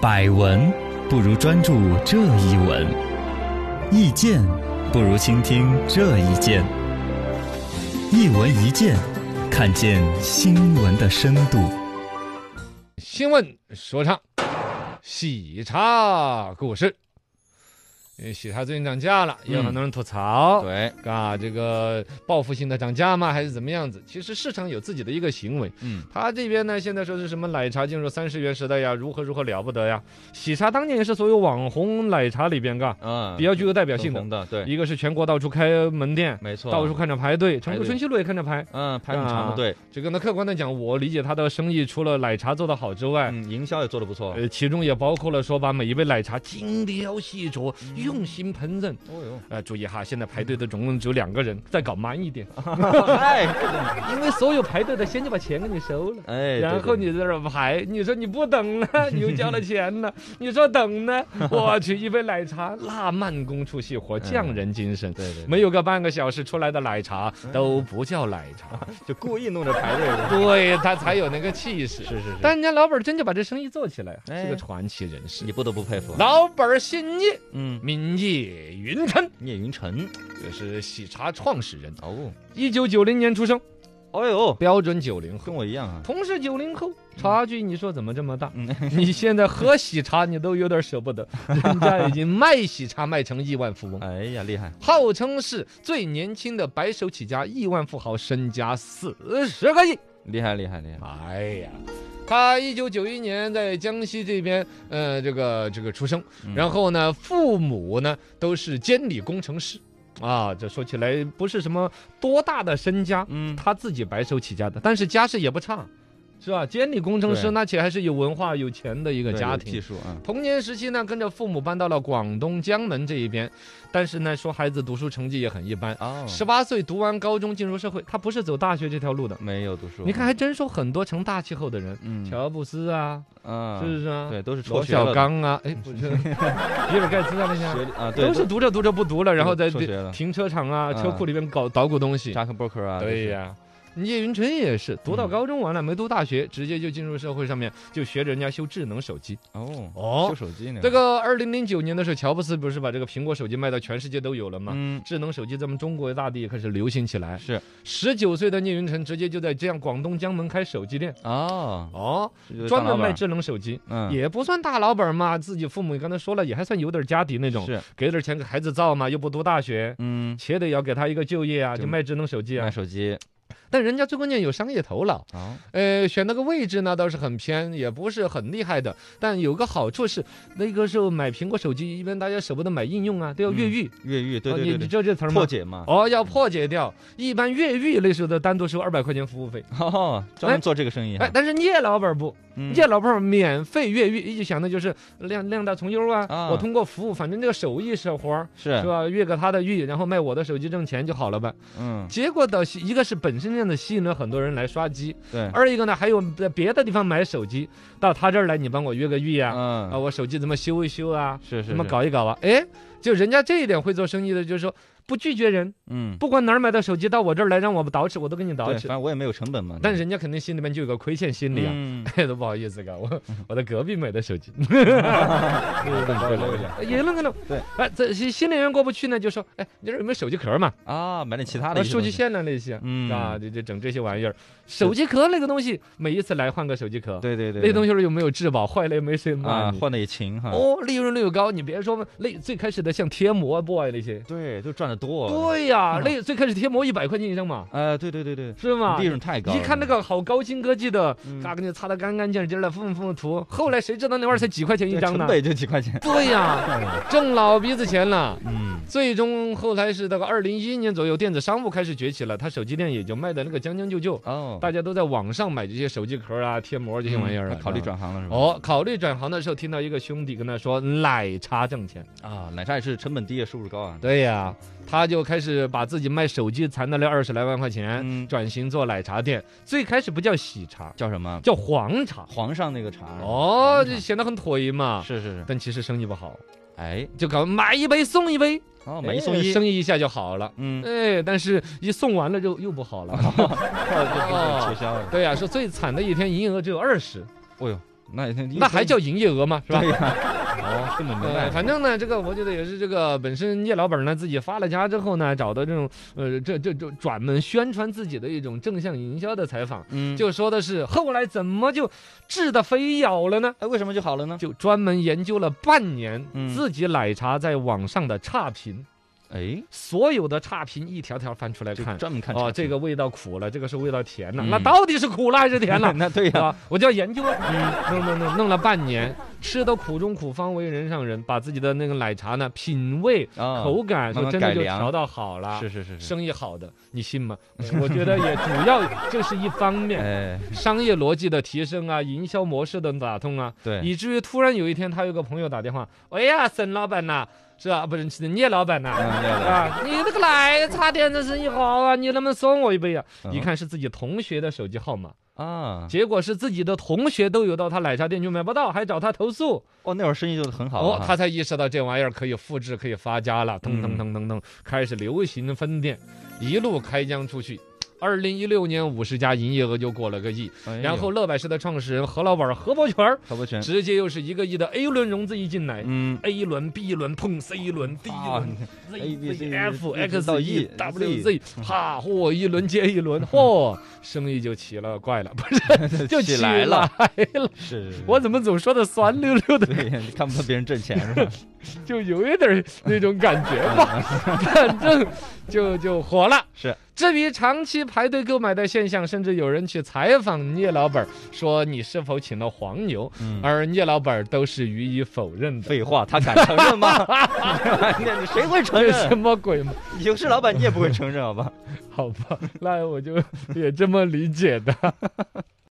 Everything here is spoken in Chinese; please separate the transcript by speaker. Speaker 1: 百闻不如专注这一闻，意见不如倾听这一见。一闻一见，看见新闻的深度。
Speaker 2: 新闻说唱，喜茶故事。因为喜茶最近涨价了，也有
Speaker 1: 嗯
Speaker 2: 很多人吐槽，
Speaker 1: 对，
Speaker 2: 啊，这个报复性的涨价吗？还是怎么样子？其实市场有自己的一个行为，
Speaker 1: 嗯，
Speaker 2: 他这边呢，现在说是什么奶茶进入三十元时代呀，如何如何了不得呀？喜茶当年也是所有网红奶茶里边，嘎，
Speaker 3: 嗯，
Speaker 2: 比较具有代表性的
Speaker 3: 红，的，对，
Speaker 2: 一个是全国到处开门店，
Speaker 3: 没错，
Speaker 2: 到处啊看着排队，成
Speaker 3: 排
Speaker 2: 都
Speaker 3: 队
Speaker 2: 春熙路也看着排。
Speaker 3: 嗯，排很长的队，
Speaker 2: 这个呢，客观的讲，我理解他的生意除了奶茶做得好之外，
Speaker 3: 嗯，营销也做得不错。
Speaker 2: 呃，其中也包括了说把每一杯奶茶精雕细琢、用心烹饪。
Speaker 3: 哦
Speaker 2: 呃，注意哈，现在排队的总共只有两个人，再搞慢一点，
Speaker 3: 哟，哎，
Speaker 2: 因为所有排队的先就把钱给你收了。
Speaker 3: 哎，
Speaker 2: 然后
Speaker 3: 对
Speaker 2: 你在这儿排，你说你不等了， 你又交了钱了，你说等呢？我去，一杯奶茶，那慢工出细活，匠人精神。
Speaker 3: 哎对哎对对，
Speaker 2: 没有个半个小时出来的奶茶都不叫奶茶，
Speaker 3: 就故意弄着排队的，
Speaker 2: 对他才有那个气势。
Speaker 3: 是是是，
Speaker 2: 但人家老板真就把这生意做起来，啊是个
Speaker 3: 哎
Speaker 2: 传奇人士
Speaker 3: 你。不得不佩服。
Speaker 2: 老板姓聂，
Speaker 3: 嗯，
Speaker 2: 名聂云琛，
Speaker 3: 聂云辰，
Speaker 2: 这是喜茶创始人，
Speaker 3: 哦，
Speaker 2: 一九九零年出生，
Speaker 3: 哎呦，
Speaker 2: 标准九零
Speaker 3: 跟
Speaker 2: 后。
Speaker 3: 我一样啊，
Speaker 2: 同是九零后，差距你说怎么这么大？
Speaker 3: 嗯
Speaker 2: 你现在喝喜茶，你都有点舍不得，人家已经卖喜茶卖成亿万富翁，
Speaker 3: 哎呀，厉害，
Speaker 2: 号称是最年轻的白手起家亿万富豪，身家四十个亿。
Speaker 3: 厉害，厉害，厉害，
Speaker 2: 哎呀，他一九九一年在江西这边，呃，这个这个出生，
Speaker 3: 嗯
Speaker 2: 然后呢，父母呢都是监理工程师，啊，这说起来不是什么多大的身家，
Speaker 3: 嗯，
Speaker 2: 他自己白手起家的，但是家世也不差，是吧？监理工程师
Speaker 3: 对
Speaker 2: 那且还是有文化、有钱的一个
Speaker 3: 对
Speaker 2: 家
Speaker 3: 有
Speaker 2: 庭
Speaker 3: 技。术啊，
Speaker 2: 童年时期呢，跟着父母搬到了广东江门这一边，但是呢，说孩子读书成绩也很一般。
Speaker 3: 哦，
Speaker 2: 十八岁读完高中进入社会，他不是走大学这条路的。
Speaker 3: 没有读书，
Speaker 2: 你看，，还真说很多成大气候的人，
Speaker 3: 嗯，
Speaker 2: 乔布斯啊，
Speaker 3: 啊，
Speaker 2: 是不是啊？
Speaker 3: 对，都是辍
Speaker 2: 罗
Speaker 3: 学了
Speaker 2: 小
Speaker 3: 的，嗯
Speaker 2: 刚啊，哎，不是， 比尔盖茨啊那些啊，
Speaker 3: 学历啊，对，
Speaker 2: 都是读着读着不读了，然后在
Speaker 3: 辍学了
Speaker 2: 停车场啊、
Speaker 3: 嗯
Speaker 2: 车库里面搞捣鼓东西。
Speaker 3: 扎克伯克啊，
Speaker 2: 对
Speaker 3: 呀，
Speaker 2: 呀、聂云辰也是读到高中完了，没读大学，直接就进入社会上面，就学着人家修智能手机。
Speaker 3: 哦，修
Speaker 2: 哦，
Speaker 3: 手机呢，
Speaker 2: 这，个二零零九年的时候，乔布斯不是把这个苹果手机卖到全世界都有了吗？
Speaker 3: 嗯，
Speaker 2: 智能手机在我们中国大地也开始流行起来。
Speaker 3: 是，
Speaker 2: 十九岁的聂云辰直接就在这样广东江门开手机店，
Speaker 3: 哦，
Speaker 2: 哦，
Speaker 3: 这就是
Speaker 2: 专
Speaker 3: 大老
Speaker 2: 门卖
Speaker 3: 板，
Speaker 2: 智能手机，
Speaker 3: 嗯，
Speaker 2: 也不算大老板嘛，自己父母刚才说了，也还算有点家底那种，
Speaker 3: 是，
Speaker 2: 给点钱给孩子造嘛，又不读大学，
Speaker 3: 嗯，
Speaker 2: 且得要给他一个就业啊，
Speaker 3: 就
Speaker 2: 就卖智能手机啊
Speaker 3: 卖。手机，
Speaker 2: 但人家最关键有商业头脑，
Speaker 3: 哦，
Speaker 2: 呃，选那个位置呢倒是很偏，也不是很厉害的。但有个好处是，那个时候买苹果手机，一般大家舍不得买应用啊，都要越狱。
Speaker 3: 越狱，嗯对
Speaker 2: 哦
Speaker 3: 对
Speaker 2: 你
Speaker 3: 对
Speaker 2: 你
Speaker 3: 对，
Speaker 2: 知道这词儿
Speaker 3: 破
Speaker 2: 吗？
Speaker 3: 解嘛，
Speaker 2: 哦，要破解掉。一般越狱那时候都单独收二百块钱服务费。
Speaker 3: 哦，专门做这个生意哈，
Speaker 2: 哎，但是聂老板不，
Speaker 3: 嗯
Speaker 2: 聂老板免费越狱，一直想的就是量量大从优啊。
Speaker 3: 啊
Speaker 2: 我通过服务，反正这个手艺是活儿，
Speaker 3: 是
Speaker 2: 是吧？越个他的狱，然后卖我的手机挣钱就好了呗。
Speaker 3: 嗯，
Speaker 2: 结果导一个是本身这样的吸引了很多人来刷机，
Speaker 3: 对，
Speaker 2: 二一个呢，还有在别的地方买手机，到他这儿来，你帮我约个玉呀、啊，
Speaker 3: 嗯，
Speaker 2: 我手机怎么修一修啊，
Speaker 3: 是是，
Speaker 2: 怎么
Speaker 3: 是？
Speaker 2: 搞一搞啊？哎，就人家这一点会做生意的，就是说不拒绝人，
Speaker 3: 嗯，
Speaker 2: 不管哪儿买的手机，到我这儿来让我们捯饬，我都给你
Speaker 3: 对，
Speaker 2: 捯
Speaker 3: 反
Speaker 2: 饬。
Speaker 3: 正我也没有成本嘛，
Speaker 2: 但是人家肯定心里面就有个亏欠心理啊，
Speaker 3: 嗯，
Speaker 2: 哎，都不好意思嘎， 我我在隔壁买的手机，
Speaker 3: 露一下
Speaker 2: 也能弄。
Speaker 3: 对，
Speaker 2: 哎，这心心里面过不去呢，就说，哎，你这儿有没有手机壳嘛？
Speaker 3: 啊，买点其他
Speaker 2: 那
Speaker 3: 的一些
Speaker 2: 数
Speaker 3: 东
Speaker 2: 据
Speaker 3: 西，
Speaker 2: 线呢那些，
Speaker 3: 嗯
Speaker 2: 啊，就就整这些玩意儿。手机壳那个东西，每一次来换个手机壳，
Speaker 3: 对对对，
Speaker 2: 那东
Speaker 3: 西
Speaker 2: 西儿有没有质保，坏了也没谁骂
Speaker 3: 啊，
Speaker 2: 你。
Speaker 3: 换的也勤哈，
Speaker 2: 哦，利润率又高，你别说那最开始的像贴膜 boy 那些，
Speaker 3: 对，就赚的多，
Speaker 2: 对呀，
Speaker 3: 嗯
Speaker 2: 那最开始贴膜一百块钱一张嘛，
Speaker 3: 呃，对对对对，
Speaker 2: 是吗？
Speaker 3: 利润太高了，
Speaker 2: 啊一看那个好高精科技的，
Speaker 3: 嗯
Speaker 2: 嘎，给你擦得干干净净的，缝缝涂。后来谁知道那玩意儿才几块钱一
Speaker 3: 对
Speaker 2: 张
Speaker 3: 成
Speaker 2: 呢？
Speaker 3: 本也就几块 钱，
Speaker 2: 对 呀，挣老鼻子钱了。
Speaker 3: 嗯，
Speaker 2: 最终后来是到个二零一一年左右，电子商务开始崛起了，他手机店也就卖的那个将将就就，
Speaker 3: 哦，
Speaker 2: 大家都在网上买这些手机壳啊、贴膜这些玩意儿
Speaker 3: 嗯
Speaker 2: 啊。
Speaker 3: 他考虑转行了是吧？
Speaker 2: 哦，考虑转行的时候，听到一个兄弟跟他说奶茶挣钱。
Speaker 3: 啊，奶茶也是成本低，收入高啊，
Speaker 2: 对呀、他就开始把自己卖手机攒的那二十来万块钱，
Speaker 3: 嗯，
Speaker 2: 转型做奶茶店。最开始不叫喜茶，
Speaker 3: 叫什么？
Speaker 2: 叫黄茶。
Speaker 3: 皇上那个啊茶
Speaker 2: 哦，就
Speaker 3: 皇上
Speaker 2: 显得很妥银嘛。
Speaker 3: 是是是，
Speaker 2: 但其实生意不好，
Speaker 3: 哎，
Speaker 2: 就搞买一杯送一杯，
Speaker 3: 哦，买一送
Speaker 2: 哎
Speaker 3: 一，
Speaker 2: 生意一下就好了。
Speaker 3: 嗯，
Speaker 2: 哎，但是一送完了就又不好了。
Speaker 3: 哦，就不能取消了，
Speaker 2: 对呀、说最惨的一天营业额只有二十，
Speaker 3: 哦呦，那
Speaker 2: 那还叫营业额吗？是吧？
Speaker 3: 对呀，根本没
Speaker 2: 呃，
Speaker 3: 卖。
Speaker 2: 反正呢，这个我觉得也是这个本身叶老板呢自己发了家之后呢，找到这种呃这这这专门宣传自己的一种正向营销的采访，
Speaker 3: 嗯，
Speaker 2: 就说的是后来怎么就治的飞咬了呢？
Speaker 3: 哎，为什么就好了呢？
Speaker 2: 就专门研究了半年
Speaker 3: 嗯
Speaker 2: 自己奶茶在网上的差评，
Speaker 3: 哎，
Speaker 2: 所有的差评一条条翻出来
Speaker 3: 就
Speaker 2: 看。
Speaker 3: 专门看
Speaker 2: 哦，
Speaker 3: 茶
Speaker 2: 这
Speaker 3: 品
Speaker 2: 个味道苦了，这个是味道甜了，
Speaker 3: 嗯
Speaker 2: 那到底是苦了还是甜了？
Speaker 3: 那对呀，
Speaker 2: 啊，我就要研究啊，
Speaker 3: 嗯
Speaker 2: 弄弄弄弄了半年，吃的苦中苦，方为人上人，把自己的那个奶茶呢品味、
Speaker 3: 啊，
Speaker 2: 口感，
Speaker 3: 慢
Speaker 2: 说
Speaker 3: 慢
Speaker 2: 真的
Speaker 3: 改
Speaker 2: 就
Speaker 3: 良
Speaker 2: 调到好了，
Speaker 3: 是是是是，
Speaker 2: 生意好的，你信吗？我觉得也主 要这是一方面，
Speaker 3: 哎，
Speaker 2: 商业逻辑的提升啊，营销模式的打通啊，
Speaker 3: 对，
Speaker 2: 以至于突然有一天，他有个朋友打电话，哎呀，沈老板呐、是吧？不是是聂老板呐、
Speaker 3: 嗯对对
Speaker 2: 啊，你这个奶茶店的生意好啊，你能不能送我一杯啊？
Speaker 3: 嗯
Speaker 2: 一看是自己同学的手机号码，
Speaker 3: 啊，
Speaker 2: 结果是自己的同学都有到他奶茶店去买不到，还找他投诉。
Speaker 3: 哦，那会儿生意做得很好
Speaker 2: 哦，
Speaker 3: 啊
Speaker 2: 他才意识到这玩意儿可以复制，可以发家了。腾腾
Speaker 3: 嗯
Speaker 2: 腾腾腾，开始流行分店，一路开疆出去。二零一六年，五十家营业额就过了个亿，
Speaker 3: 哎呦
Speaker 2: 然后乐百氏的创始人何老板何伯权儿
Speaker 3: 何伯权，
Speaker 2: 直接又是一个亿的 A 轮融资一进来
Speaker 3: 嗯，
Speaker 2: ，A 轮、B 轮碰 C 轮、D
Speaker 3: 啊
Speaker 2: 轮、
Speaker 3: A B
Speaker 2: Z、
Speaker 3: C
Speaker 2: Z、F、
Speaker 3: 一直
Speaker 2: X、
Speaker 3: 到
Speaker 2: E
Speaker 3: E、
Speaker 2: W、Z，
Speaker 3: Z
Speaker 2: 哈，嚯，一轮接一轮，嚯，生意就奇了怪了，不是就
Speaker 3: 起来了
Speaker 2: 起来了
Speaker 3: 是，是
Speaker 2: 我怎么总说的酸溜溜的，
Speaker 3: 对，你看不到别人挣钱是吧？
Speaker 2: 就有一点儿那种感觉 吧。反正就就火了。
Speaker 3: 是。
Speaker 2: 至于长期排队购买的现象，甚至有人去采访聂老板，说你是否请了黄牛，
Speaker 3: 嗯
Speaker 2: 而聂老板都是予以否认的。
Speaker 3: 废话，他敢承认吗？ 那谁会承
Speaker 2: 这是什
Speaker 3: 认？
Speaker 2: 么鬼嘛？
Speaker 3: 你是老板，你也不会承认，好吧？
Speaker 2: 好吧，那我就也这么理解的。